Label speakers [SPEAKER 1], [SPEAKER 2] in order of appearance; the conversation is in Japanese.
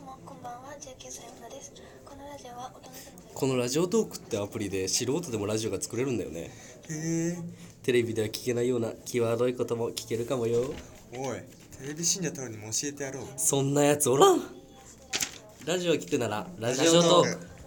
[SPEAKER 1] もこんばんは19歳女ですこのラジオは大人でもない
[SPEAKER 2] このラジオトークってアプリで素人でもラジオが作れるんだよね
[SPEAKER 3] へえ
[SPEAKER 2] テレビでは聞けないような際どいことも聞けるかもよ
[SPEAKER 3] おいテレビ信者太郎にも教えてやろう
[SPEAKER 2] そんなやつおらんラジオ聞くならラジオトーク